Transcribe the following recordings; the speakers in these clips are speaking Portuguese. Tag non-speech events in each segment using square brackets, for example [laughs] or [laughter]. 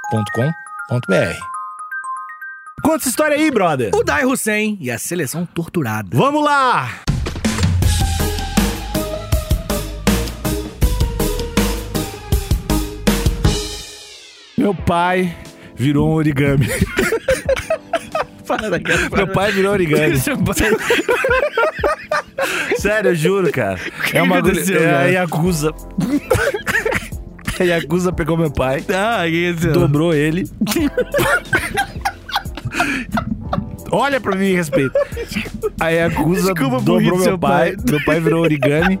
agenciadepodcast.com.br. Conta essa história aí, brother. O Dai Hussein e a seleção [laughs] torturada. Vamos lá! Meu pai virou um origami. [laughs] Para, cara, para. [laughs] Meu pai virou um origami. Seu pai- Sério, eu juro, [laughs] cara. que é uma aconteceu, é a cara? Yakuza. [laughs] a Yakuza pegou meu pai, Ah, que isso? dobrou ele. Olha pra mim, respeito. A Yakuza Desculpa, burrice, dobrou meu seu pai, pai. meu pai virou origami.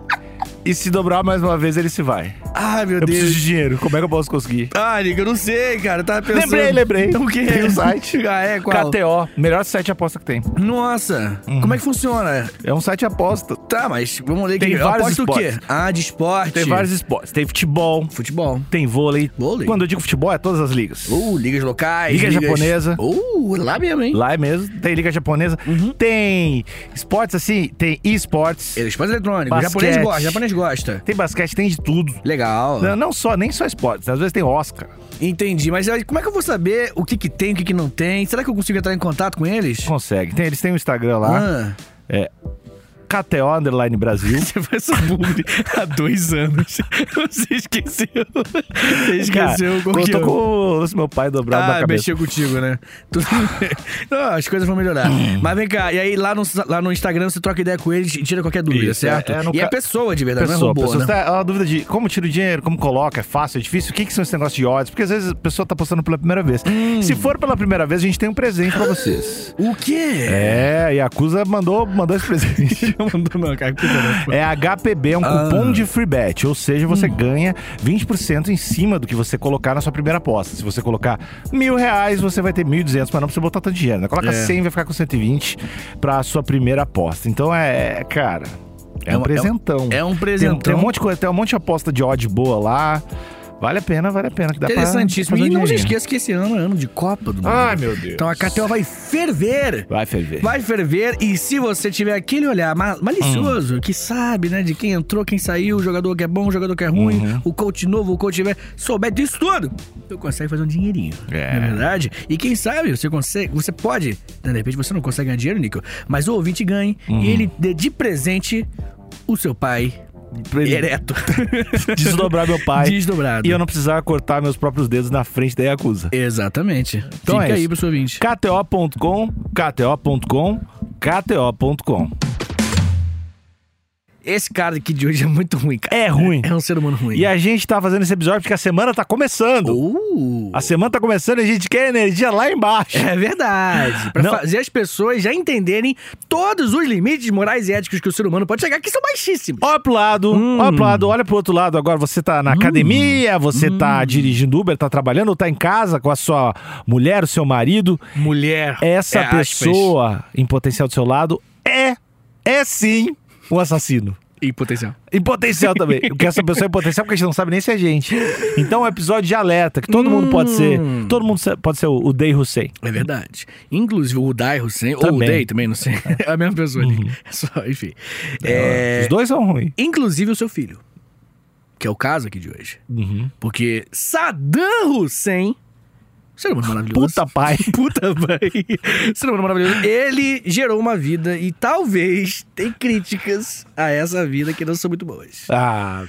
E se dobrar mais uma vez, ele se vai. Ah, meu Eu preciso Deus. de dinheiro, como é que eu posso conseguir? Ah, Nico, eu não sei, cara. Eu Tava pensando... Lembrei, lembrei. [laughs] O quê? Tem um site. [laughs] Ah, é? Qual? KTO, melhor site de aposta que tem. Nossa. Hum. Como é que funciona? É um site de aposta. Tá, mas vamos ler Tem aqui. Eu vários aposto o quê? esportes. Ah, de esporte. Tem vários esportes. Tem futebol, Futebol. tem vôlei. Vôlei. Quando eu digo futebol, é todas as ligas. Uh, ligas locais. Liga ligas... japonesa. Uh, lá mesmo, hein? Lá é mesmo. Tem liga japonesa. Uhum. Tem esportes assim, tem esportes. Esporte eletrônico. Basquete. Japonês gosta, japonês gosta. Tem basquete, tem de tudo. Legal. Não, não só, nem só esportes. Às vezes tem Oscar. Entendi, mas aí como é que eu vou saber o que que tem, o que que não tem? Será que eu consigo entrar em contato com eles? Consegue. Tem, eles têm um Instagram lá, Ah. KTO Underline Brasil. Você faz essa publi há dois anos. Você esqueceu. Você [laughs] esqueceu Cara, o eu que tô eu... com o meu pai dobrado na Ah, cabeça. mexeu contigo, né? Tudo bem. Não, as coisas vão melhorar. Hum. Mas vem cá, e aí lá no, lá no Instagram você troca ideia com eles e tira qualquer dúvida, Isso, certo? é- é no e ca- é pessoa de verdade, não é Pessoa, robô, pessoa né? tá, é uma dúvida de como tira o dinheiro, como coloca, é fácil, é difícil, o que, que são esse negócio de odds? Porque às vezes a pessoa tá postando pela primeira vez. Hum. Se for pela primeira vez, a gente tem um presente pra vocês. O quê? É, e a Acusa mandou, mandou esse presente. [laughs] Não mandou não, cara. né? É HPB, é um Ah. Hum. cupom de free bet, ou seja, você ganha 20% em cima do que você colocar na sua primeira aposta. Se você colocar mil reais, você vai ter 1.200, mas não precisa botar tanto dinheiro, né? Coloca É. 100, vai ficar com 120 pra sua primeira aposta. Então é, cara, é, É um um- presentão. É um Tem- Tem, presentão. um monte de coisa, tem um monte de aposta de odd boa lá. Vale a pena, vale a pena. Que dá pra- pra Interessantíssimo. E fazer um não se dinheirinho. esqueça que esse ano é ano de Copa do Mundo. Ai, meu Deus. Então a KTO vai ferver. Vai ferver. Vai ferver e se você tiver aquele olhar ma- malicioso, que sabe, né, de quem entrou, quem saiu, o jogador que é bom, o jogador que é ruim, o coach novo, o coach velho, souber disso tudo, você consegue fazer um dinheirinho. É. Na verdade. E quem sabe, você consegue, você pode, né, de repente você não consegue ganhar dinheiro, Nico, mas o ouvinte ganhe e ele dê de presente o seu pai Pra ele [laughs] ereto. Desdobrar meu [laughs] pai. Desdobrado. E eu não precisar cortar meus próprios dedos na frente da Yakuza. Exatamente. Então Fica é aí isso. pro seu ouvinte. KTO.com, KTO.com, KTO.com. Esse cara aqui de hoje é muito ruim, cara. É ruim. É um ser humano ruim. E a gente tá fazendo esse episódio porque a semana tá começando. Uh, A semana tá começando e a gente quer energia lá embaixo. é verdade. Pra Não. fazer as pessoas já entenderem todos os limites morais e éticos que o ser humano pode chegar, que são baixíssimos. Olha pro lado, olha pro lado, olha pro outro lado. Agora você tá na academia, você tá dirigindo Uber, tá trabalhando, ou tá em casa com a sua mulher, o seu marido. Mulher. É, Essa pessoa em potencial do seu lado é, é sim, um assassino. E potencial. Em potencial também. Porque essa pessoa é em potencial porque a gente não sabe nem se é gente. Então é um episódio de alerta, que todo mundo pode ser. Hum. Todo mundo se- pode ser o, o Day Hussein. É verdade. Inclusive o Dai Hussein, ou o Também. Day também, não sei. [laughs] É a mesma pessoa ali. É [laughs] só, enfim. É, Os dois são ruins. Inclusive o seu filho. Que é o caso aqui de hoje. Porque Saddam Hussein. Ser humano maravilhoso. Puta pai. [laughs] Puta, mãe. Ser humano maravilhoso. Ele gerou uma vida e talvez tem críticas a essa vida que não são muito boas. Ah,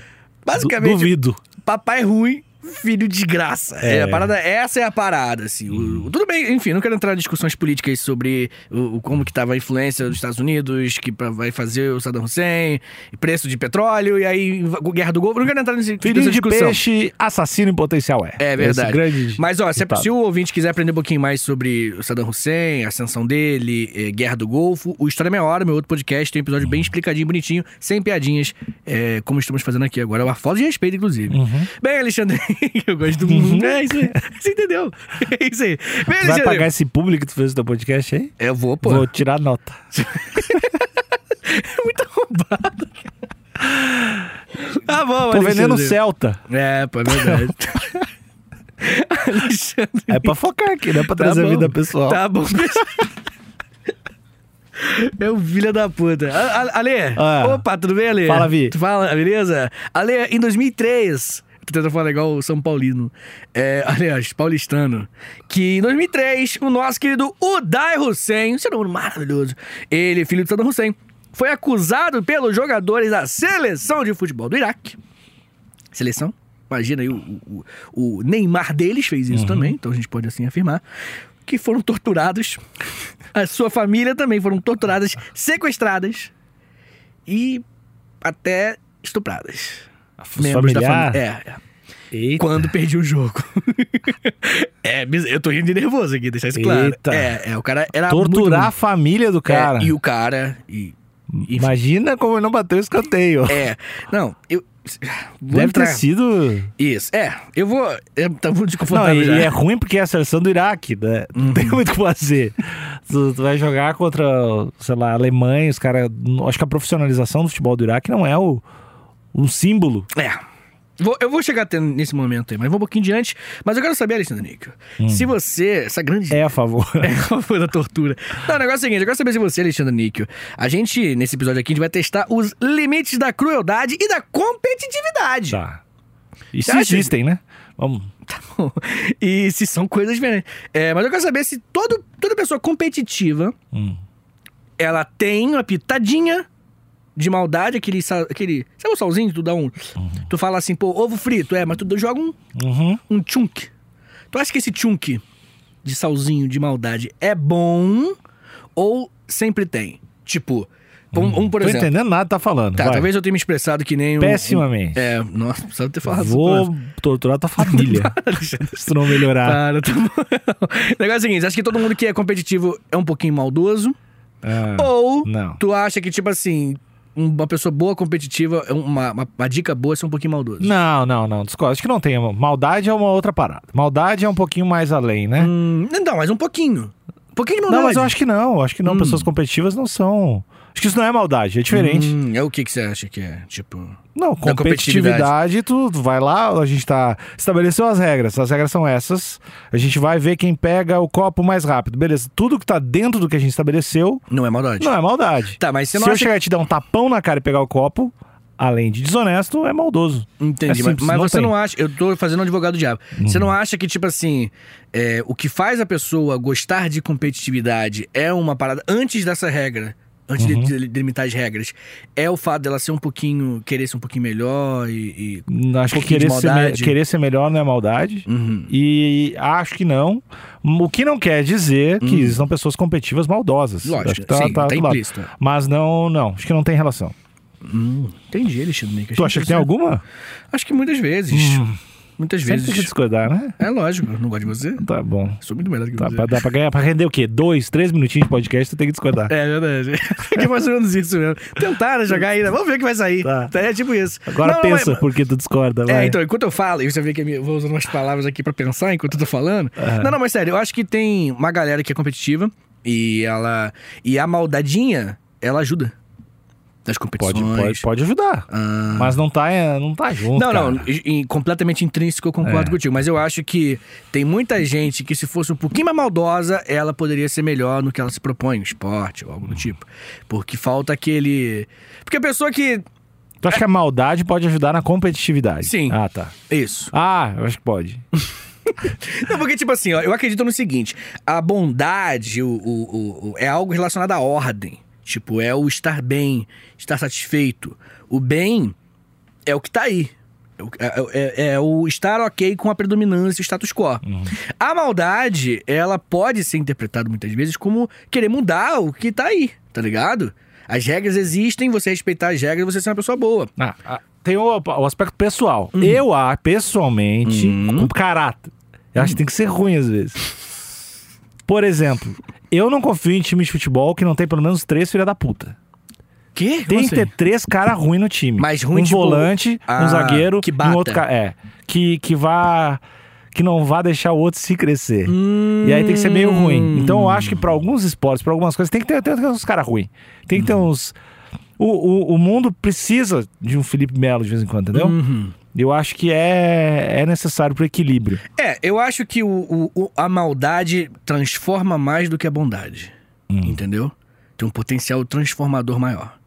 Basicamente, duvido. papai é ruim, filho de graça. É. a parada, essa é a parada, assim. O- Uhum. tudo bem, enfim, não quero entrar em discussões políticas sobre o, o- como que tava a influência dos Estados Unidos, que pra- vai fazer o Saddam Hussein, preço de petróleo, e aí guerra do Golfo. Não quero entrar nesse, Filhinho nessa de discussão. peixe, assassino em potencial é. É Esse verdade. grande Mas ó, se, ditado. se o ouvinte quiser aprender um pouquinho mais sobre o Saddam Hussein, a ascensão dele, eh, Guerra do Golfo, o História é Meia Hora, meu outro podcast, tem um episódio bem explicadinho, bonitinho, sem piadinhas, eh, como estamos fazendo aqui agora. É uma falta de respeito, inclusive. Uhum. Bem, Alexandre, [laughs] eu gosto do mundo. É isso aí. Você entendeu? É isso aí. Bem, Vai Alexandre. pagar esse público que tu fez no teu podcast aí? Eu vou, pô. Vou tirar nota. Muito roubado. Tá bom, Tô vendendo Alexandre. Celta. É, pô, é verdade. [laughs] Alexandre. É pra focar aqui, não é pra trazer Tá bom. vida pessoal. Tá [laughs] bom, pessoal. É um filho da puta. A- a- Ale, Ah. opa, tudo bem, Ale? Fala, Vi. Tu fala, beleza? Ale, em 2003, eu tenta falar legal o São Paulino. É, [laughs] aliás, paulistano. Que em 2003, o nosso querido Uday Hussein, um ser humano maravilhoso, ele, filho de Saddam Hussein, foi acusado pelos jogadores da seleção de futebol do Iraque. Seleção? Imagina aí, o, o- o Neymar deles fez Uhum. isso também, então a gente pode assim afirmar. Que foram torturados. [laughs] A sua família também foram torturadas, sequestradas e até estupradas. Membros da familiar? família. É, é. Eita. Quando perdi o jogo. [laughs] é, biz- eu tô rindo de nervoso aqui, deixar isso claro. Eita. É, é, o cara era Torturar a muito... família do cara. É, e o cara... E, e- Imagina como ele não bateu o escanteio. É, não, eu... vou Deve entrar- ter sido. Isso, é, eu vou... Eu tava muito Não, desconfortável e, já. Uhum. e é ruim porque é a seleção do Iraque, né? Não tem muito o que fazer. Tu, tu vai jogar contra, sei lá, a Alemanha, os caras. Acho que a profissionalização do futebol do Iraque não é o, um símbolo. É. Vou- eu vou chegar até nesse momento aí, mas vou um pouquinho diante. Mas eu quero saber, Alexandre Níquel, Hum. se você... Essa grande... É a favor. [laughs] Qual foi da tortura? Não, o negócio é o seguinte, eu quero saber se você, Alexandre Níquel. A gente, nesse episódio aqui, a gente vai testar os limites da crueldade e da competitividade. [laughs] Tá. E se Você acha- existem, né? Vamos. [laughs] e se são coisas diferentes. É, mas eu quero saber se todo, toda pessoa competitiva, Hum. ela tem uma pitadinha de maldade, aquele, sal- aquele sabe o salzinho que tu dá um... Tu fala assim, pô, ovo frito, é, mas tu joga um, Uhum. um chunk. Tu acha que esse chunk de salzinho, de maldade, é bom ou sempre tem? Tipo, um, um, por Hum, Tô exemplo... entendendo nada que tá falando. Tá, Vai. talvez eu tenha me expressado que nem um... Pessimamente. É, nossa, precisava ter falado Vou torturar tua [laughs] família. se tu não melhorar. Para, tá bom. [laughs] O negócio é o seguinte, acho que todo mundo que é competitivo é um pouquinho maldoso. Ah, ou não. tu acha que, tipo assim, uma pessoa boa competitiva, é uma, uma, uma dica boa é ser um pouquinho maldoso. Não, não, não. Discordo. Acho que não tem. Maldade é uma outra parada. Maldade é um pouquinho mais além, né? Hum, não, mas um pouquinho. Um pouquinho de maldade. Não, mas eu acho que não. Eu Acho Hum. que não. Pessoas competitivas não são. Acho que isso não é maldade, é diferente. Hum, é o que, que você acha que é? Tipo. Não, competitividade, tu tu vai lá, a gente tá. Estabeleceu as regras. As regras são essas. A gente vai ver quem pega o copo mais rápido. Beleza, tudo que tá dentro do que a gente estabeleceu Não é maldade. não é maldade. Tá, mas você não Se eu acha. chegar e te dar um tapão na cara e pegar o copo, além de desonesto, é maldoso. Entendi, É mas- simples, mas não você tem. Uhum. não acha. Eu tô fazendo um advogado do diabo. Você não acha que, tipo assim, é, o que faz a pessoa gostar de competitividade é uma parada antes dessa regra? Antes Uhum. de- de delimitar as regras, é o fato dela ser um pouquinho. querer ser um pouquinho melhor e. e- Acho que pouquinho Hum, de querer ser, me- maldade. querer ser melhor não é maldade. Uhum. E acho que não. O que não quer dizer que são pessoas competitivas maldosas. acho Hum. Lógico, que tá, sim, tá tá do lado. implícito. Mas não, não. Acho que não tem relação. Hum, entendi, Alexandre Nick. tu acha que tem alguma? Acho que muitas vezes. Muitas Sempre tem que vezes. discordar, né? É lógico, eu não gosto de você. Tá bom. Sou muito melhor do que Tá, você. pra, dá pra ganhar, pra render o quê? Dois, três minutinhos de podcast, tu tem que discordar. É verdade. [laughs] que é mais ou menos isso mesmo. Tentaram jogar ainda, vamos ver o que vai sair. Tá. Tá, É tipo isso. Agora Não, pensa é- porque tu discorda, É, vai. então, enquanto eu falo, e você vê que eu me- vou usando umas palavras aqui pra pensar enquanto eu tô falando. Não, não, mas sério, eu acho que tem uma galera que é competitiva e ela. E a maldadinha, ela ajuda. Nas pode, competições. pode, pode ajudar. Ah. Mas não tá, é, não tá junto. Não, não, cara. e- e completamente intrínseco eu É. concordo contigo, mas eu acho que tem muita gente que se fosse um pouquinho mais maldosa, ela poderia ser melhor no que ela se propõe, um esporte ou algo do tipo. Porque falta aquele... Porque a pessoa que... Tu acha que a maldade pode ajudar na competitividade? Sim. Ah, tá. Isso. Ah, eu acho que pode. Não, porque, tipo assim, ó, eu acredito no seguinte: a bondade o, o- o- o- é algo relacionado à ordem. Tipo, é o estar bem, estar satisfeito. O bem é o que tá aí. É o- É, é- é o estar ok com a predominância, o status quo. Uhum. A maldade, ela pode ser interpretada muitas vezes como querer mudar o que tá aí, tá ligado? As regras existem, você respeitar as regras, você ser uma pessoa boa. Ah, ah, tem o, o aspecto pessoal. Uhum. Eu, ah, pessoalmente, com caráter. Eu acho que tem que ser ruim às vezes. Por exemplo, eu não confio em time de futebol que não tem pelo menos três filha da puta. Que? Tem que ter três caras ruins no time. assim? Mas ruim, um tipo, volante, ah, um zagueiro que e um outro bata. cara. É. Que, que vá. Que não vá deixar o outro se crescer. E aí tem que ser meio ruim. Então eu acho que pra alguns esportes, pra algumas coisas, tem que ter, tem que ter uns caras ruins. Tem que ter uns. O, o, o mundo precisa de um Felipe Melo de vez em quando, entendeu? Uhum. Eu acho que é, é necessário pro equilíbrio. É, eu acho que o, o- o- a maldade Hum. transforma mais do que a bondade. Entendeu? Tem um potencial transformador maior.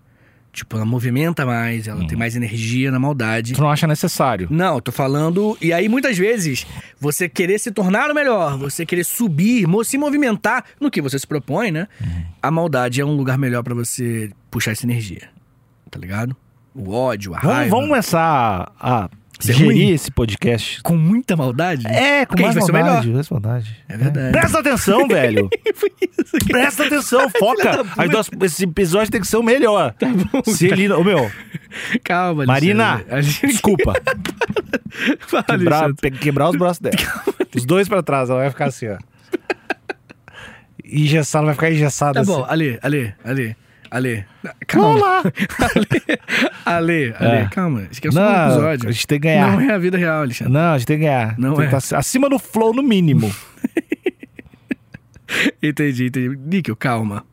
Tipo, ela movimenta mais, ela Hum. tem mais energia na maldade. Tu não acha necessário. Não, eu tô falando. E aí, muitas vezes, você querer se tornar o melhor, você querer subir, mo- se movimentar no que você se propõe, né? Hum. A maldade é um lugar melhor pra você puxar essa energia. Tá ligado? O ódio, a Vamos, raiva. vamos é, começar a, a Ser gerir ruim? esse podcast. Com muita maldade? É, com Porque a mais gente vai ser o maldade, mais maldade. É verdade. Presta [laughs] atenção, velho. Foi isso aqui. Presta [laughs] atenção, foca. da As duas, esse episódio tem que ser o melhor. Tá bom. Se ele, ô, meu, [laughs] Calma, Marina, Alexandre. A [laughs] gente- desculpa. Fala, Quebrar, Alexandre. pe- quebrar os braços dela. Os dois pra trás, ela vai ficar assim, ó. Engessada, ela vai ficar engessada Tá assim. bom, Ale, Ale, Ale, Ale. Vamos Calma. lá. Ale, Ale, É. calma. Esse aqui é só um Não, episódio. a gente tem que ganhar. Não é a vida real, Alexandre. Não, a gente tem que ganhar. Não tem é. que tá acima do flow, no [laughs] mínimo. Entendi, entendi. Níquel, calma.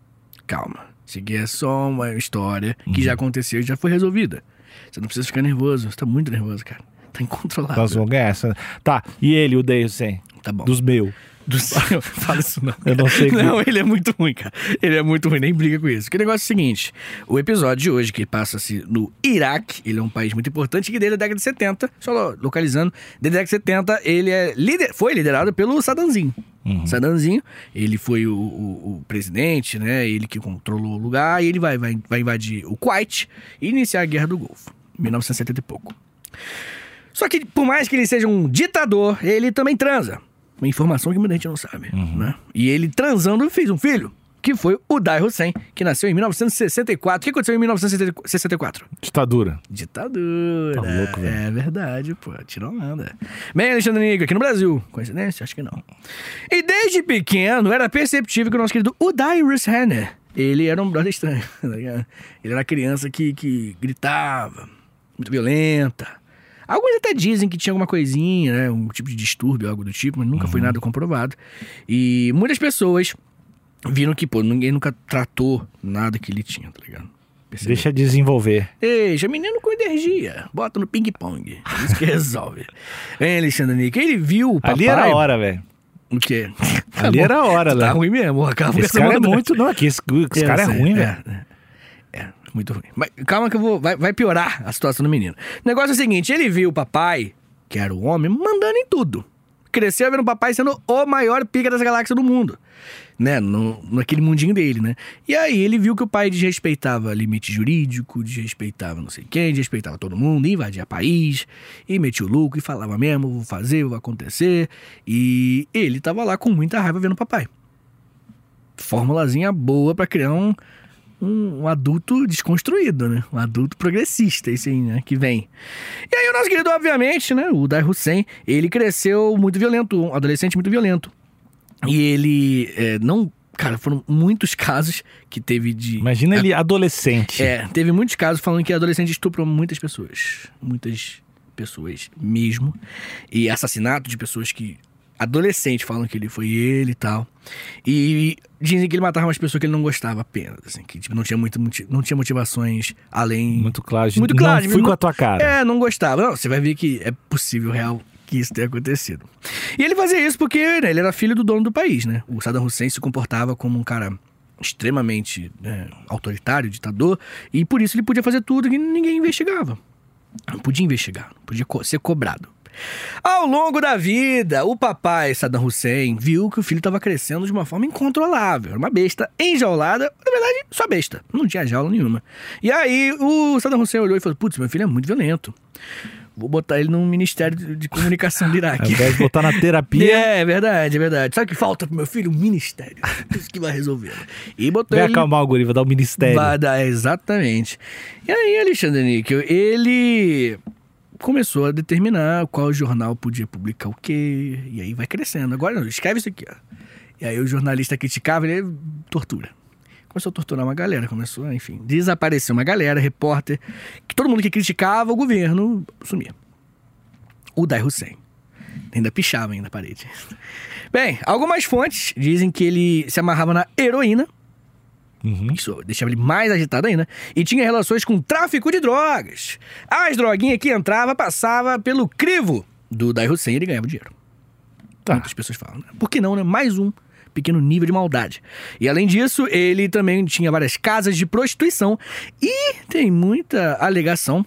Calma. Isso aqui é só uma história que Uhum. já aconteceu e já foi resolvida. Você não precisa ficar nervoso. Você tá muito nervoso, cara. Tá incontrolável. Nós vamos ganhar essa. Tá, e ele, o Deus, hein? Tá bom. Dos meus. Do céu. [laughs] Fala isso não. Eu não sei que- Não, ele é muito ruim, cara. Ele é muito ruim, nem briga com isso. Que negócio é o seguinte: o episódio de hoje, que passa-se no Iraque, ele é um país muito importante, que desde a década de 70, só lo- localizando, desde a década de 70, ele é lider, foi liderado pelo Saddamzinho. Uhum. Saddamzinho, ele foi o, o- o presidente, né? Ele que controlou o lugar, e ele vai, vai, vai invadir o Kuwait e iniciar a Guerra do Golfo, 1970 e pouco. Só que, por mais que ele seja um ditador, ele também transa. Uma informação que muita gente não sabe, né? E ele transando fez um filho, que foi o Dai Hussein, que nasceu em 1964. O que aconteceu em 1964? Ditadura. Ditadura. Tá louco, velho. É verdade, pô. Tirou onda. Bem, Alexandre Nico, aqui no Brasil. Coincidência? Acho que não. E desde pequeno era perceptível que o nosso querido Uday Hanner, ele era um brother estranho. [laughs] tá ligado? ele era uma criança que, que gritava, muito violenta. Alguns até dizem que tinha alguma coisinha, né? Um tipo de distúrbio, algo do tipo, mas nunca Uhum. foi nada comprovado. E muitas pessoas viram que, pô, ninguém nunca tratou nada que ele tinha, tá ligado? Percebeu? Deixa desenvolver. Deixa, menino com energia. Bota no ping-pong. É Isso que [laughs] resolve. Hein, Alexandre Nick? Ele viu o papai... Ali era a hora, velho. O quê? Ali era a hora, Tá Tá velho. ruim mesmo. Acaba com né? Esse essa cara é maldade. muito. Não, aqui, esse, esse Eu cara é sei, ruim, velho. É, é, muito ruim. Mas calma que eu vou... Vai, vai piorar a situação do menino. O negócio é o seguinte. Ele viu o papai, que era o homem, mandando em tudo. Cresceu vendo o papai sendo o maior pica das galáxias do mundo. Né? No, naquele mundinho dele, né? E aí ele viu que o pai desrespeitava limite jurídico, desrespeitava não sei quem, desrespeitava todo mundo, invadia país, e metia o louco, e falava mesmo, vou fazer, vou acontecer. E ele tava lá com muita raiva vendo o papai formulazinha boa pra criar um, um, um adulto desconstruído, né? Um adulto progressista, esse aí, né? Que vem. E aí o nosso querido, obviamente, né? O Dai Hussein, ele cresceu muito violento, um adolescente muito violento. E ele é, não... Cara, foram muitos casos que teve de... Imagina ele adolescente. É, teve muitos casos falando que adolescente estuprou muitas pessoas. Muitas pessoas mesmo. E assassinato de pessoas que. Adolescente falam que ele foi ele e tal. E dizem que ele matava umas pessoas que ele não gostava apenas, assim, que tipo, não, tinha muito, motiv- não tinha motivações além. Muito claro. gente. Muito claro, Não fui não- com a tua cara. É, não gostava. Não, você vai ver que é possível, real, que isso tenha acontecido. E ele fazia isso porque né, ele era filho do dono do país, né? O Saddam Hussein se comportava como um cara extremamente né, autoritário, ditador, e por isso ele podia fazer tudo que ninguém investigava. Não podia investigar, não podia co- ser cobrado. Ao longo da vida, o papai Saddam Hussein viu que o filho estava crescendo de uma forma incontrolável. Era uma besta enjaulada, na verdade, só besta. Não tinha jaula nenhuma. E aí o Saddam Hussein olhou e falou: Putz, meu filho é muito violento. Vou botar ele no Ministério de- de Comunicação do Ao Iraque. [laughs] invés de botar na terapia. É, é verdade, é verdade. Sabe o que falta pro meu filho? Um ministério. Isso que vai resolver. E botou Vai ele... acalmar o guri, vai dar o ministério. Vai dar, exatamente. E aí, Alexandre Níquel, ele começou a determinar qual jornal podia publicar o quê, e aí vai crescendo. Agora, não, escreve isso aqui, ó. E aí o jornalista criticava, ele tortura. Começou a torturar uma galera, começou, enfim, desapareceu uma galera, repórter, que todo mundo que criticava o governo sumia. O Dai Hussein. Ainda pichava ainda na parede. Bem, algumas fontes dizem que ele se amarrava na heroína, Uhum. isso deixava ele mais agitado ainda, né? e tinha relações com tráfico de drogas. As droguinhas que entrava passava pelo crivo do Dai Hussein e ele ganhava dinheiro. Tá. Muitas pessoas falam, né? Por que não, né? Mais um pequeno nível de maldade. E além disso, ele também tinha várias casas de prostituição e tem muita alegação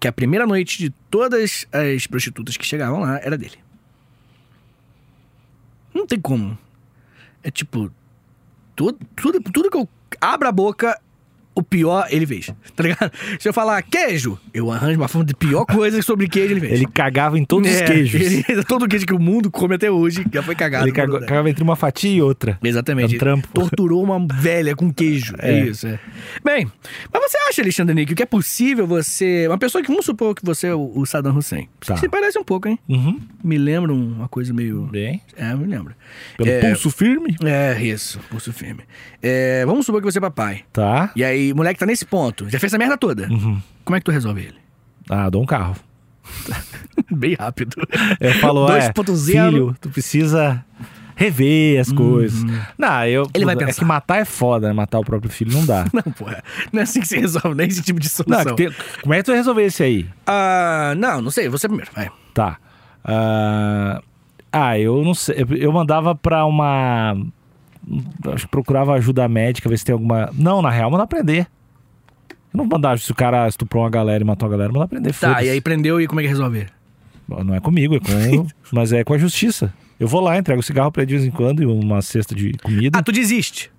que a primeira noite de todas as prostitutas que chegavam lá era dele. Não tem como. É tipo. Tudo, tudo, tudo que eu abro a boca, o pior ele fez. [laughs] Tá ligado? Se eu falar queijo, eu arranjo uma forma de pior coisa sobre queijo ele fez. Ele cagava em todos os É, queijos. Ele, [laughs] ele- todo queijo que o mundo come até hoje já foi cagado. por cagou- Dodé. cagava entre uma fatia e outra. Exatamente. É um trampo. Torturou uma velha com queijo. É, É. isso, é. Bem, mas você acha, Alexandre Níquel, que é possível você. Uma pessoa que vamos supor que você é o, o Saddam Hussein. Tá. Você parece um pouco, hein? Uhum. Me lembra uma coisa meio. Bem. É, me lembra. Pelo É. pulso firme. É, isso, pulso firme. É, vamos supor que você é papai. Tá. E aí, o moleque tá nesse ponto. Já fez essa merda toda. Uhum. Como é que tu resolve [laughs] ele? Ah, dou um carro. Bem rápido. É, [laughs] falou, é, 2.0. filho, tu precisa rever as coisas. Não, eu... Uhum. Ele vai é pensar. que matar é foda, né? Matar o próprio filho não [laughs] dá. Não, porra. Não é assim que se resolve, não é esse tipo de solução. não, que tem- como é que tu vai resolver esse aí? Ah, não, não sei. Você primeiro, vai. Tá. Ah, ah, eu não sei. Eu- Eu mandava pra uma. Acho que procurava ajuda médica, ver se tem alguma. Não, na real, mandar prender. Eu não vou mandar se o cara estuprou uma galera e matou a galera, mandar prender. Tá, foda-se. e aí prendeu e como é que resolve? Não é comigo, é [laughs] com. mas é com a justiça. Eu vou lá, entrego cigarro pra ele de vez em quando e uma cesta de comida. Ah, tu desiste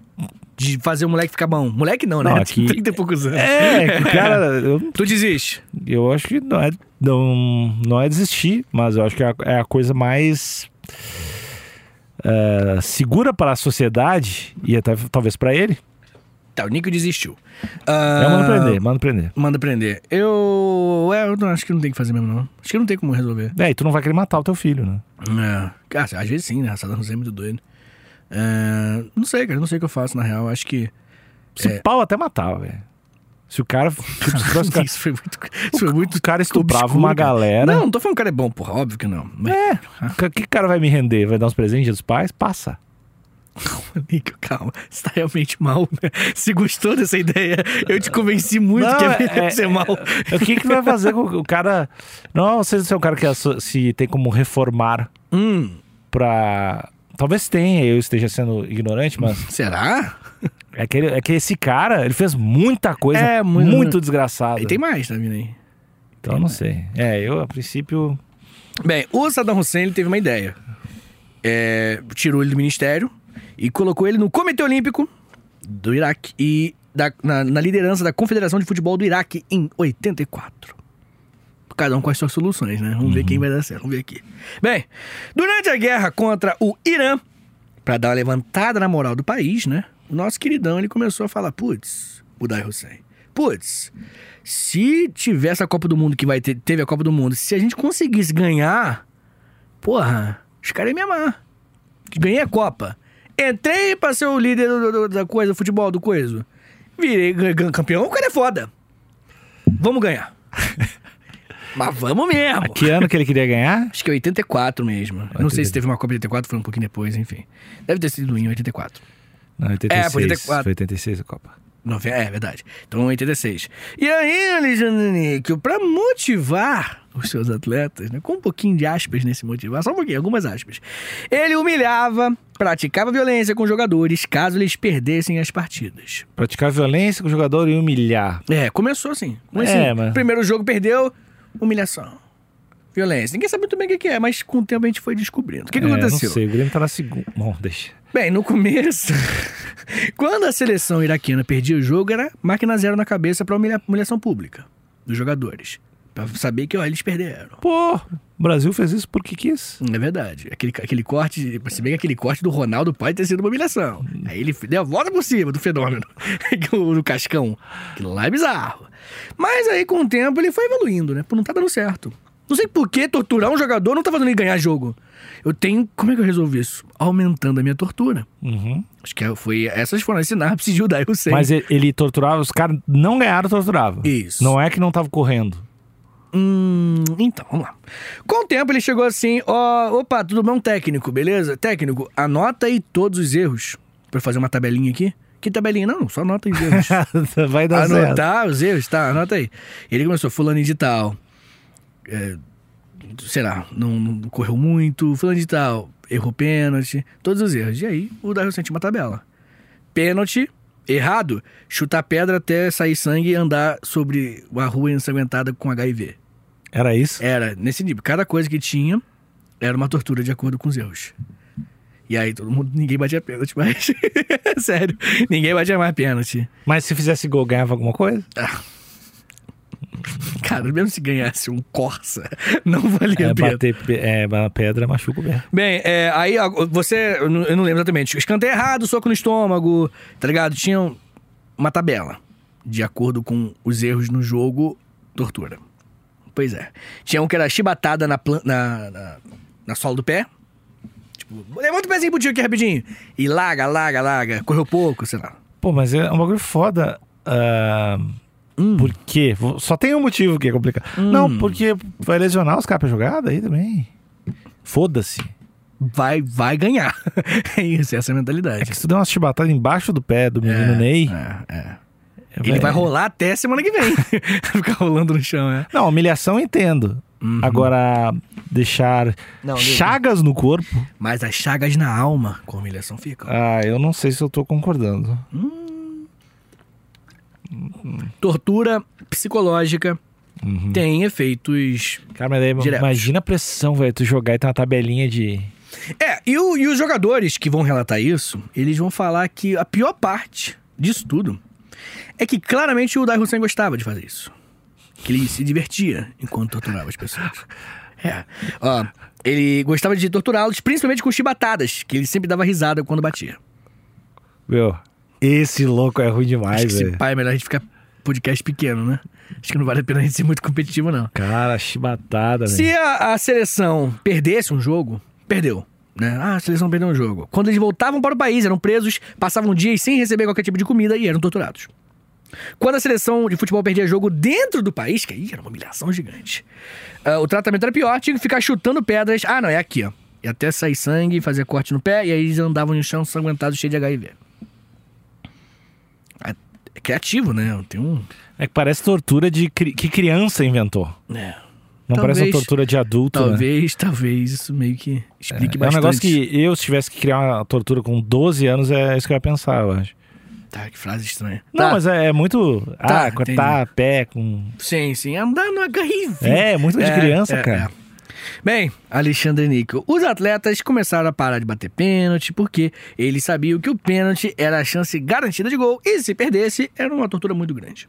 de fazer o moleque ficar bom. Moleque não, né? [laughs] Não, aqui- 30 e poucos anos. [laughs] É, cara, eu, Tu desiste. eu acho que não é, não, não é desistir, mas eu acho que é a, é a coisa mais eh, segura para a sociedade e até talvez para ele. Tá, o Nico desistiu. É Ah, mando prender, mando prender. Manda prender. Eu. É, eu não, acho que não tem o que fazer mesmo, não. Acho que não tem como resolver. É, e tu não vai querer matar o teu filho, né? É. Cara, às vezes sim, né? Saddam Hussein é muito doido. É, Não sei, cara. Não sei o que eu faço, na real. Acho que. Se É. pau até matava, velho. Se o cara. Tipo, [laughs] se o cara, [laughs] Isso foi muito. Isso foi muito o cara estuprava obscuro, uma cara. galera. Não, não tô falando que o cara é bom, porra. Óbvio que não. Mas, É. O que o cara vai me render? Vai dar uns presentes dos pais? Passa. Nico, calma. Você tá realmente mal, né? Se gostou dessa ideia, eu te convenci muito Não, que é é- [laughs] melhor é- ser mal. O que que vai fazer com o cara. Não, você é um cara que asso- se tem como reformar Hum, pra. Talvez tenha, eu esteja sendo ignorante, mas será? é que, ele- é que esse cara, ele fez muita coisa É, muito- muito, desgraçada. E tem né? mais, tá vindo aí? Então eu não sei. É, eu a princípio. Bem, o Saddam Hussein ele teve uma ideia. É, tirou ele do ministério e colocou ele no Comitê Olímpico do Iraque e da- na, na liderança da Confederação de Futebol do Iraque em 84. Cada um com as suas soluções, né? Vamos ver quem vai dar certo. Vamos ver aqui. Bem, durante a guerra contra o Irã, pra dar uma levantada na moral do país, né? O nosso queridão ele começou a falar: putz, Budai Hussein. Putz, se tivesse a Copa do Mundo que vai ter, teve a Copa do Mundo, se a gente conseguisse ganhar, porra, os caras iam me amar. Ganhei a Copa. Entrei pra ser o líder do- do- da coisa, do futebol, do coisa. Virei gan- gan- campeão, o cara é foda. Vamos ganhar. Mas vamos mesmo. Que ano que ele queria ganhar? Acho que é 84 mesmo. Eu Não sei se teve uma Copa de 84, foi um pouquinho depois, enfim. Deve ter sido em 84. É, Não, 86. foi 84. Foi 86 a Copa. Nove- É, verdade. Então, 86. E aí, Alexandre Níquel, pra motivar os seus atletas, né, com um pouquinho de aspas nesse motivar, só um pouquinho, algumas aspas, ele humilhava, praticava violência com os jogadores caso eles perdessem as partidas. Praticar violência com o jogador e humilhar. É, começou assim. Mas, É, assim, mas- Primeiro jogo perdeu, humilhação. Violência. Ninguém sabe muito bem o que que é, mas com o tempo a gente foi descobrindo. O que, que É, aconteceu? Não sei, o Grêmio tá na segunda. Bom, deixa. Bem, no começo, [laughs] quando a seleção iraquiana perdia o jogo, era máquina zero na cabeça pra humilha- humilhação pública dos jogadores. Pra saber que ó, eles perderam. Pô, o Brasil fez isso porque quis. É verdade. Aquele, aquele corte, se bem que aquele corte do Ronaldo pode ter sido uma humilhação. Aí ele deu a volta por cima do fenômeno, [laughs] do, do Cascão. Aquilo lá é bizarro. Mas aí, com o tempo, ele foi evoluindo, né? Pô, não tá dando certo. Não sei por que torturar um jogador não tá fazendo ele ganhar jogo. Eu tenho. Como é que eu resolvi isso? Aumentando a minha tortura. Uhum. Acho que foi essas foram as sinapses de Judai Hussein. Mas ele, ele torturava, os caras não ganharam, torturava. Isso. Não é que não tava correndo. [laughs] Hum, então, vamos lá. Com o tempo ele chegou assim, ó, opa, tudo bom técnico, beleza? Técnico, anota aí todos os erros. Pra eu fazer uma tabelinha aqui. Que tabelinha? Não, só anota os [laughs] erros. Vai dar certo. Anotar os erros, tá, anota aí. Ele começou, fulano de tal. É, sei lá, não, não correu muito. Fulano de tal. errou pênalti, todos os erros. E aí, o Dario sentiu uma tabela. Pênalti, errado, chutar pedra até sair sangue e andar sobre a rua ensanguentada com HIV. Era isso? Era nesse nível. Cada coisa que tinha era uma tortura de acordo com os erros. E aí todo mundo, ninguém batia pênalti mais. [laughs] Sério, ninguém batia mais pênalti. Mas se fizesse gol, ganhava alguma coisa? Cara, mesmo se ganhasse um Corsa, [laughs] não valia É, a pena. bater pe- é, ba- pedra machuca o pé. Bem, é, aí ó, você, eu não eu não lembro exatamente, escanteio errado, soco no estômago, tá ligado? Tinha uma tabela, de acordo com os erros no jogo, tortura. Pois é. Tinha um que era chibatada na, plan- na, na, na sola do pé. Tipo, levanta o pezinho pro tio aqui rapidinho. E laga, laga, laga. Correu pouco, sei lá. Pô, mas é um bagulho foda. ah, Hum. Por quê? Vou- Só tem um motivo que é complicado. Não, porque vai lesionar os caras pra jogar daí também. Foda-se. Vai, vai ganhar. [laughs] é isso, essa é a É mentalidade. que se tu der uma chibatadas embaixo do pé do menino Ney. É, é. Ele vai rolar até semana que vem. vai [laughs] ficar rolando no chão, é. Não, humilhação eu entendo. Agora, deixar Uhum. Não, Ney. chagas no corpo. Mas as chagas na alma com a humilhação ficam. Ah, eu não sei se eu tô concordando. Tortura psicológica tem efeitos. Cara, mas daí, Direto. imagina a pressão, velho. Tu jogar e ter uma tabelinha de. É, e, o- e os jogadores que vão relatar isso, eles vão falar que a pior parte disso tudo é que claramente o Dai Hussein gostava de fazer isso. Que ele se divertia enquanto torturava as pessoas. É. Ó, ele gostava de torturá-los, principalmente com chibatadas, que ele sempre dava risada quando batia. Meu, esse louco é ruim Acho que demais, esse velho. pai é melhor a gente ficar podcast pequeno, né? Acho que não vale a pena a gente ser muito competitivo, não. Cara, chibatada, velho. Se a, a seleção perdesse um jogo, perdeu. Né? Ah, a seleção perdeu um jogo. Quando eles voltavam para o país, eram presos, passavam dias sem receber qualquer tipo de comida e eram torturados. Quando a seleção de futebol perdia jogo dentro do país, que aí era uma humilhação gigante, ah, o tratamento era pior, tinha que ficar chutando pedras. Ah, não, é aqui, ó. E até sair sangue, fazer corte no pé, e aí eles andavam no chão sanguentados, cheio de HIV. É é criativo, né? Tem um. É que parece tortura de cri- que criança inventou. É. Não parece uma Talvez- tortura de adulto, né? Talvez, talvez, isso meio que explique É um bastante. negócio que eu, se tivesse que criar uma tortura com 12 anos, é isso que eu ia pensar, eu acho. Tá, que frase estranha. Não, Tá, mas é, é muito. Tá, ah, entendi. cortar pé com. Sim, sim. É, Andar no HIV. É, é muito de criança, é, cara. é. Bem, Alexandre Níquel, os atletas começaram a parar de bater pênalti porque eles sabiam que o pênalti era a chance garantida de gol e se perdesse era uma tortura muito grande.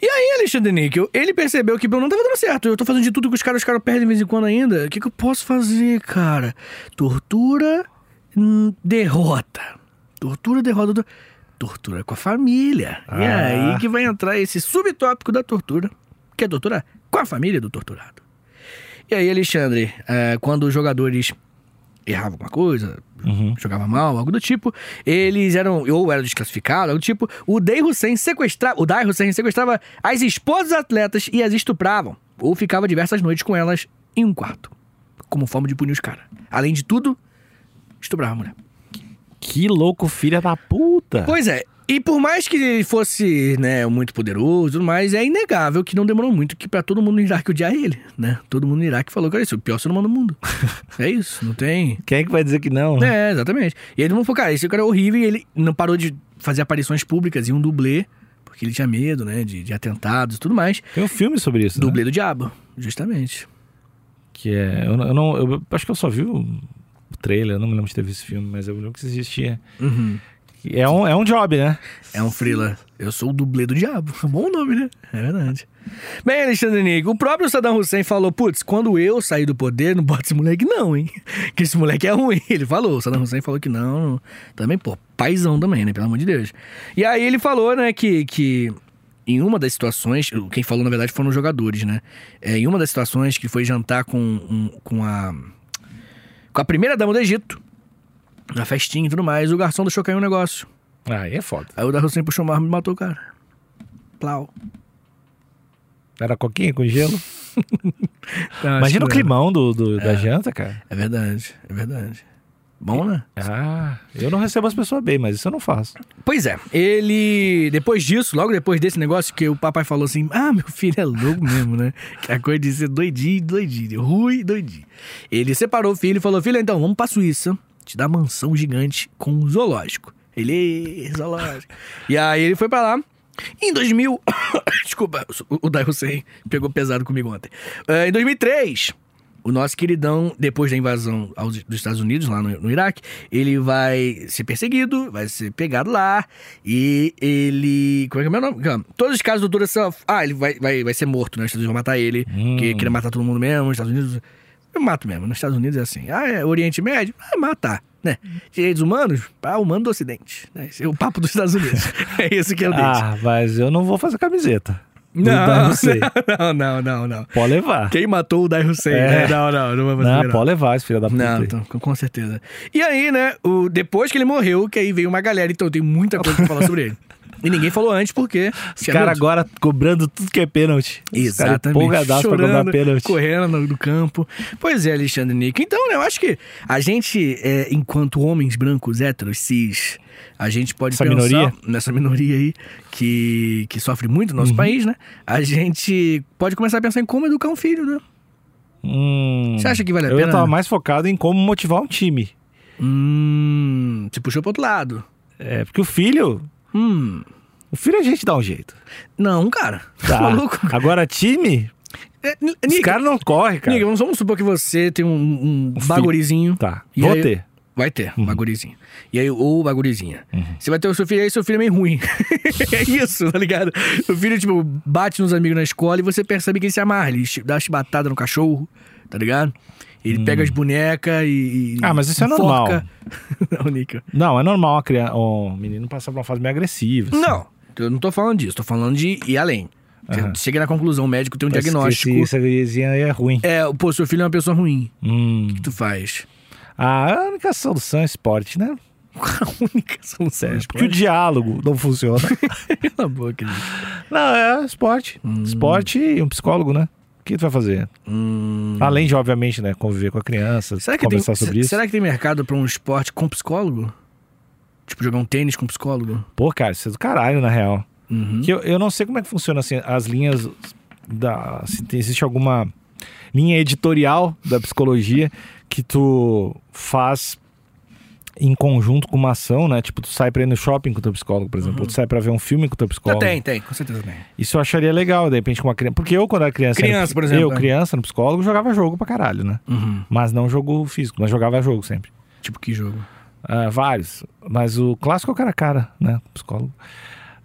E aí, Alexandre Níquel, ele percebeu que eu não tava dando certo. Eu tô fazendo de tudo que os caras, os caras perdem de vez em quando ainda. O que, que eu posso fazer, cara? Tortura, hum, derrota. Tortura, derrota. tor- Tortura com a família. E Ah. aí que vai entrar esse subtópico da tortura, que é tortura com a família do torturado. E aí, Alexandre, eh, quando os jogadores erravam alguma coisa, Uhum. jogava mal, algo do tipo, eles eram, ou eram desclassificados, algo do tipo, o Day Hussein sequestrava, o Day Hussein sequestrava as esposas dos atletas e as estupravam, ou ficava diversas noites com elas em um quarto, como forma de punir os caras. Além de tudo, estuprava a mulher. Que louco, filha da puta. Pois é. E por mais que ele fosse, né, muito poderoso, e tudo mais, é inegável que não demorou muito que para todo mundo [laughs] no Iraque odiar ele, né? Todo mundo no Iraque falou que era isso, o pior ser humano do mundo. é isso, não tem. Quem é que vai dizer que não? né? É, exatamente. E ele não falou, cara, esse cara é horrível e ele não parou de fazer aparições públicas e um dublê, porque ele tinha medo, né, de, de atentados e tudo mais. Tem um filme sobre isso, né? Dublê do diabo, justamente. Que é. Eu, não- eu não. Eu acho que eu só vi o, o trailer, eu não me lembro de ter visto esse filme, mas eu lembro que isso existia. Uhum. Que É um, é um job, né? É um frila. Eu sou o dublê do diabo. [laughs] Bom nome, né? É verdade. Bem, Alexandre Nico, o próprio Saddam Hussein falou: putz, quando eu sair do poder, não bota esse moleque, não, hein? [laughs] Que esse moleque é ruim. [laughs] Ele falou, o Saddam Hussein falou que não. Também, pô, paizão também, né? Pelo amor de Deus. E aí ele falou, né, que. que em uma das situações, quem falou na verdade foram os jogadores, né? É, em uma das situações que foi jantar com, um- com a. com a primeira dama do Egito, na festinha e tudo mais, o garçom deixou cair um negócio. Ah, é foda. Aí o da Hussein puxou uma arma e matou o cara. Plau. Era coquinha com gelo. Imagina o climão do, do- da janta, cara. É verdade, é verdade. Bom, né? Ah, eu não recebo as pessoas bem, mas isso eu não faço. Pois é, ele. Depois disso, logo depois desse negócio, que o papai falou assim: Ah, meu filho é louco mesmo, né? [laughs] Que a coisa de ser doidinho, doidinho, ruim, doidinho. Ele separou o filho e falou: Filho, então vamos pra Suíça, te dar mansão gigante com um zoológico. Ele, "Ê, zoológico. e aí ele foi pra lá. Em 2000. [coughs] Desculpa, o Dai Hussein pegou pesado comigo ontem. Eh, em 2003. O nosso queridão, depois da invasão aos, dos Estados Unidos, lá no, no Iraque, ele vai ser perseguido, vai ser pegado lá, e ele. Como é que é meu nome? Calma. Todos os casos do Dura Ah, ele vai, vai, vai ser morto, né? Os Estados Unidos vão matar ele, Hum. que queria matar todo mundo mesmo, os Estados Unidos. Eu mato mesmo, nos Estados Unidos é assim. Ah, é Oriente Médio? Ah, matar. Né? Direitos humanos? Ah, humano do Ocidente. Né? Esse é o papo dos [laughs] Estados Unidos. é isso que eu deixo. Ah, mas eu não vou fazer camiseta. não, não [laughs] sei. não, não, não, não. Pode levar. Quem matou o Dai Hussein? É. né? Não, não, não vai fazer Não, não. pode levar esse filho da puta. Não, aí. então, com com certeza. E aí, né, o, depois que ele morreu, que aí veio uma galera, então tem muita coisa pra falar sobre [laughs] ele. E ninguém falou antes, porque. Os caras agora cobrando tudo que é pênalti. Os caras Exatamente. empolgadaço pra cobrar Chorando, pênalti. correndo no, no campo. Pois é, Alexandre Nico. Então, né, eu acho que a gente, é, enquanto homens brancos, héteros, cis, a gente pode Essa pensar minoria? nessa minoria aí que, que sofre muito no nosso Uhum. país, né? A gente pode começar a pensar em como educar um filho, né? Hum, Você acha que vale a eu pena? tava mais focado em como motivar um time. Hum. Você puxou pro outro lado. É, porque o filho. Hum. O filho a gente dá um [laughs] jeito. Não, cara. Tá. Maluco. Agora, time, É, n- os Nick, caras não correm, cara. Nick, vamos, vamos supor que você tem um, um filho. bagurizinho. Tá. Uhum. E Vou aí- ter. Vai ter, um bagurizinho. E aí, ou bagurizinha. Uhum. Você vai ter o seu filho, aí seu filho é meio ruim. [laughs] é isso, tá ligado? O filho, tipo, bate nos amigos na escola e você percebe que ele se amarra. Ele chi- dá uma chibatada no cachorro, tá ligado? Ele pega as bonecas e, e- Hum. Ah, mas isso é normal. enforca. [laughs] não, Nico. Não, é normal a criança, um menino passar por uma fase meio agressiva. assim. Não, eu não tô falando disso. Tô falando de ir além. Você Chega na conclusão, o médico tem um Esse- diagnóstico. Esse, essa gurizinha aí é ruim. É, pô, seu filho é uma pessoa ruim. Hum. que tu [laughs] faz? Ah, a única solução é esporte, né? A única solução. É, porque o diálogo não funciona. [laughs] Cala a né? boca, gente. não, é esporte. Hum. Esporte e um psicólogo, né? O que tu vai fazer? Além de, obviamente, né, conviver com a criança, Hum, Será que, tem, conversar sobre se- isso. será que tem mercado pra um esporte com psicólogo? Tipo, jogar um tênis com psicólogo? Pô, cara, isso é do caralho, na real. Uhum. Que eu, eu não sei como é que funciona assim, as linhas da. Se tem- existe alguma linha editorial da psicologia que tu faz em conjunto com uma ação, né? Tipo, tu sai pra ir no shopping com o teu psicólogo, por exemplo. Ou tu sai pra ver um filme com o teu Não, psicólogo. Uhum. Ah, tem, tem, com certeza tem. Isso eu acharia legal, de repente, com uma criança. Porque eu, quando era criança. Criança, era- por exemplo, Eu, né? criança, no psicólogo, jogava jogo pra caralho, né? Mas não jogo físico, mas jogava jogo sempre. Tipo, que jogo? Ah, vários. Mas o clássico é o cara a cara, né? Psicólogo.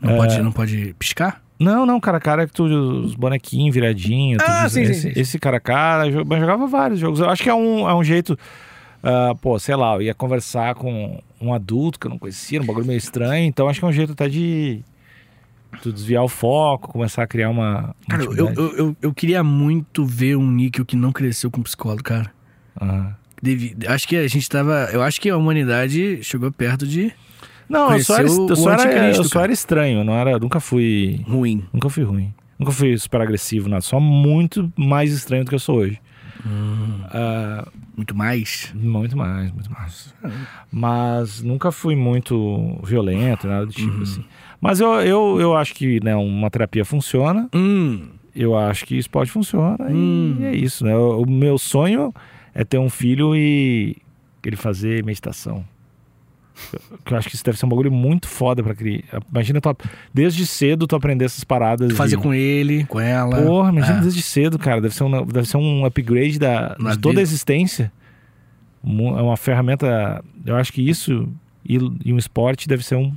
Não, É. pode, não pode piscar? Não, não, cara a cara é que tu, os bonequinhos viradinhos. Ah, sim, sim, esse, sim. esse cara a cara, jo- mas jogava vários jogos. Eu acho que é um, é um jeito. ah, pô, sei lá, eu ia conversar com um adulto que eu não conhecia, um bagulho meio estranho. Então acho que é um jeito até de. Tu desviar o foco, começar a criar uma. uma Cara, eu, eu, intimidade. eu, eu- eu queria muito ver um níquel que não cresceu com psicólogo, cara. Aham. Devi- acho que a gente tava. Eu acho que a humanidade chegou perto de Não, eu só, era, Conheceu eu, só o era, anticristo, eu só cara. era estranho, eu não era, eu nunca fui. ruim. Nunca fui ruim. Nunca fui super agressivo, nada. Só muito mais estranho do que eu sou hoje. Ah, Hum, Muito mais. muito mais, muito mais. é. Mas nunca fui muito violento, nada do Uhum. tipo assim. Mas eu, eu, eu acho que né, uma terapia funciona, Hum. eu acho que esporte funciona Hum. e é isso, né? O, o meu sonho é ter um filho e ele fazer meditação. [laughs] Eu- Que eu acho que isso deve ser um bagulho muito foda pra criar. Imagina, tu, ap- desde cedo tu aprender essas paradas. Tu fazer de- com ele, com ela. Porra, imagina É. desde cedo, cara. Deve ser um, deve ser um upgrade da, Na de toda a vida. existência. Mu- É uma ferramenta. Eu acho que isso e, e um esporte deve ser um.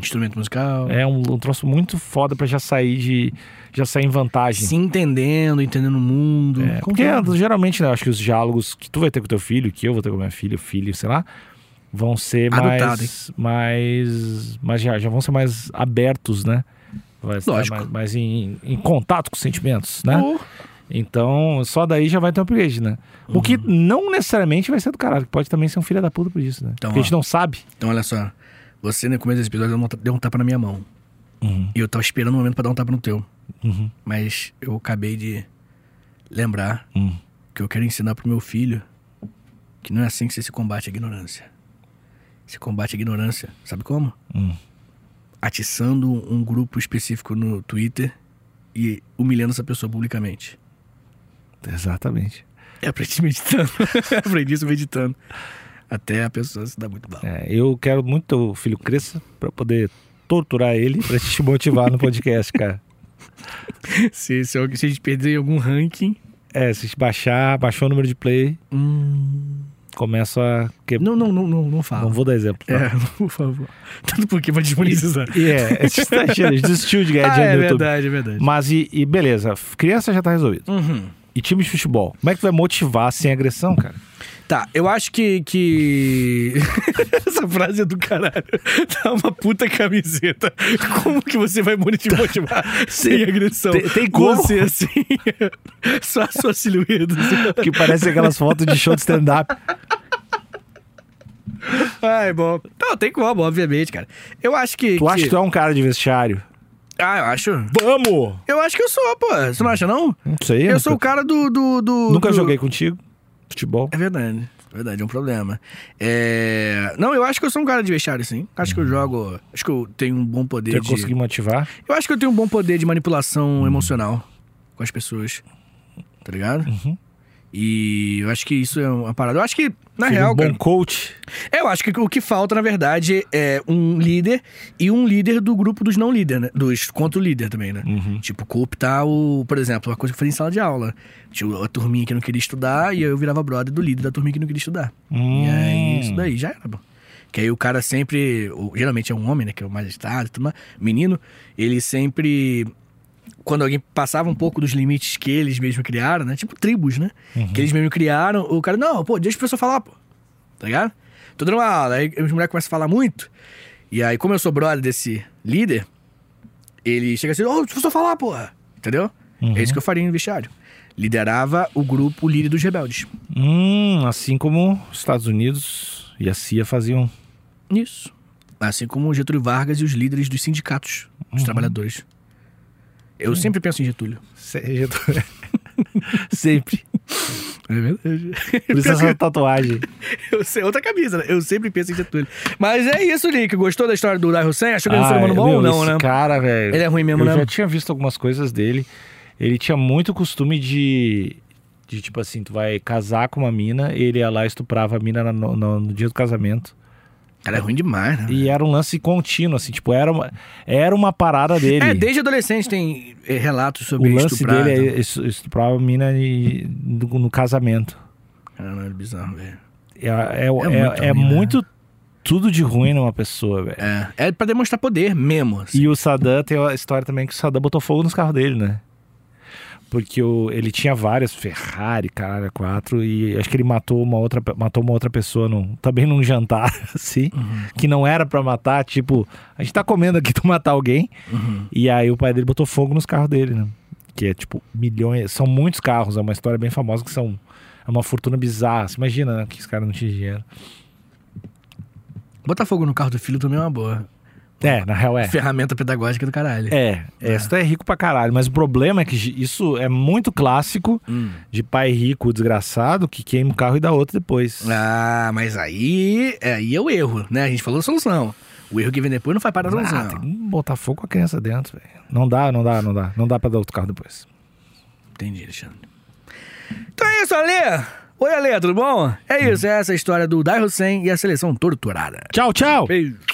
Instrumento musical. É um, um troço muito foda pra já sair de. Já sair em vantagem. se entendendo, entendendo o mundo. É, porque geralmente, né, eu acho que os diálogos que tu vai ter com teu filho, que eu vou ter com minha filha, filho, sei lá, vão ser Adotado, mais. Mais. Mas já, já vão ser mais abertos, né? Vai estar Lógico. Mais, mais em, em contato com os sentimentos, né? Ou- Então, só daí já vai ter um upgrade, né? O Uhum. que não necessariamente vai ser do caralho, que pode também ser um filho da puta por isso, né? Então, Porque a gente ó. não sabe. Então, olha só. Você, no começo desse episódio, deu um ta- deu um tapa na minha mão. E eu tava esperando o momento pra dar um tapa no teu. Uhum. Mas eu acabei de lembrar Hum. Uhum. que eu quero ensinar pro meu filho Que não é assim que você se combate a ignorância. Se combate a ignorância, sabe como? Hum. Atiçando um grupo específico no Twitter e humilhando essa pessoa publicamente. Exatamente. Eu aprendi meditando. [laughs] aprendi isso meditando. Até a pessoa se dá muito bala. É, eu quero muito que o filho cresça pra poder torturar ele pra te motivar no podcast, [laughs] cara. Se, se, eu- se a gente perder em algum ranking. É, se te baixar, baixou o número de play, hum, começa a que... Não, não, não, não, não Não fala. vou dar exemplo. tá? É, [laughs] por favor. Tanto porque vai desmonetizar. E é, esse estagiário ele desistiu de ganhar [laughs] Ah, é dinheiro no YouTube. verdade, é verdade. Mas e, e beleza, f- criança já tá resolvido. Uhum. E time de futebol? Como é que tu vai motivar sem agressão, cara? Tá, eu acho que. que... [laughs] Essa frase é do caralho. Tá uma puta camiseta. Como que você vai monetizar motivar sem agressão? Tá. tem- tem como? Você assim. [laughs] só a sua [laughs] silhueta. assim. Que parece aquelas fotos de show de stand-up. Ai, bom. Não, tem como, obviamente, cara. Eu acho que. Tu acha que tu um é um cara de vestiário? Ah, eu acho. Vamos! Eu acho que eu sou, pô. Você não acha, não? Não sei. Eu nunca- sou o cara do. do, do- Nunca do- joguei contigo. Futebol. É verdade. é Verdade, é um problema. É... Não, eu acho que eu sou um cara de vestiário, sim. Acho que eu jogo. Acho que eu tenho um bom poder Tu de. conseguir motivar? Eu acho que eu tenho um bom poder de manipulação emocional com as pessoas. Tá ligado? Uhum. E eu acho que isso é uma parada. Eu acho que, na Seja real, um bom cara, coach. É, eu acho que o que falta, na verdade, é um líder e um líder do grupo dos não líder, né? Dos contra o líder também, né? Uhum. Tipo, cooptar o. Por exemplo, uma coisa que eu fazia em sala de aula. Tinha a turminha que não queria estudar e aí eu virava brother do líder da turminha que não queria estudar. E Hum, aí, isso daí já era, bom. Que aí o cara sempre. ou, geralmente é um homem, né? Que é o mais agitado, tudo mais, menino. Ele sempre. Quando alguém passava um pouco dos limites que eles mesmos criaram, né? Tipo tribos, né? Que eles mesmos criaram, o cara, não, pô, deixa a pessoa falar, pô. Tá ligado? Tô dando uma aula, aí os moleques começam a falar muito. E aí, como eu sou brother desse líder, ele chega assim, ô, deixa a pessoa falar, porra. Entendeu? É isso que eu faria no vestiário. Liderava o grupo o líder dos rebeldes. Hum, assim como os Estados Unidos e a CIA faziam. Isso. Assim como o Getúlio Vargas e os líderes dos sindicatos dos Uhum. trabalhadores. Eu sempre penso em Getúlio. Seja tu- [laughs] Sempre. É verdade. Por isso essa tatuagem. [laughs] Eu sei, outra camisa, né? Eu sempre penso em Getúlio. Mas é isso, Nick. Gostou da história do Dai Hussein? Achou que ele é um ser humano é, bom ou meu, não, esse né? cara, velho. Ele é ruim mesmo, eu né? já tinha visto algumas coisas dele. Ele tinha muito costume de. De tipo assim, tu vai casar com uma mina, ele ia lá e estuprava a mina na- no, no- no dia do casamento. Cara, é ruim demais, né? E era um lance contínuo, assim, tipo, era uma, era uma parada dele. É, desde adolescente tem eh, relatos o sobre lance estuprar, dele né? é es- estuprava a mina e- no, no casamento. Caralho, Ah, bizarro, velho. É, é, é, é muito, muito ruim, né? tudo de ruim numa pessoa, velho. É, é pra demonstrar poder mesmo. assim. E o Saddam tem a história também que o Saddam botou fogo nos carros dele, né? Porque o, ele tinha várias Ferrari, caralho, quatro, e acho que ele matou uma outra, pe- matou uma outra pessoa num, também num jantar, [laughs] assim, Uhum, que não era pra matar, tipo, a gente tá comendo aqui [laughs] tu matar alguém, Uhum. e aí o pai dele botou fogo nos carros dele, né? Que é tipo milhões, são muitos carros, é uma história bem famosa que são é uma fortuna bizarra. Você imagina né, que os caras não tinham dinheiro. Botar fogo no carro do filho também é uma boa. É, na real é. Ferramenta pedagógica do caralho. É, é, É. isso é rico pra caralho, mas o problema é que gi- isso é muito clássico Hum. de pai rico desgraçado que queima o carro e dá outro depois. Ah, mas aí, é, aí é o erro, né? A gente falou da solução. O erro que vem depois não faz parte da solução. Ah, tem que botar fogo com a criança dentro, velho. Não dá, não dá, não dá. Não dá pra dar outro carro depois. Entendi, Alexandre. Então é isso, Ale. Oi, Ale, tudo bom? É isso, é essa a história do Dai Hussein e a seleção torturada. Tchau, tchau! Beijo.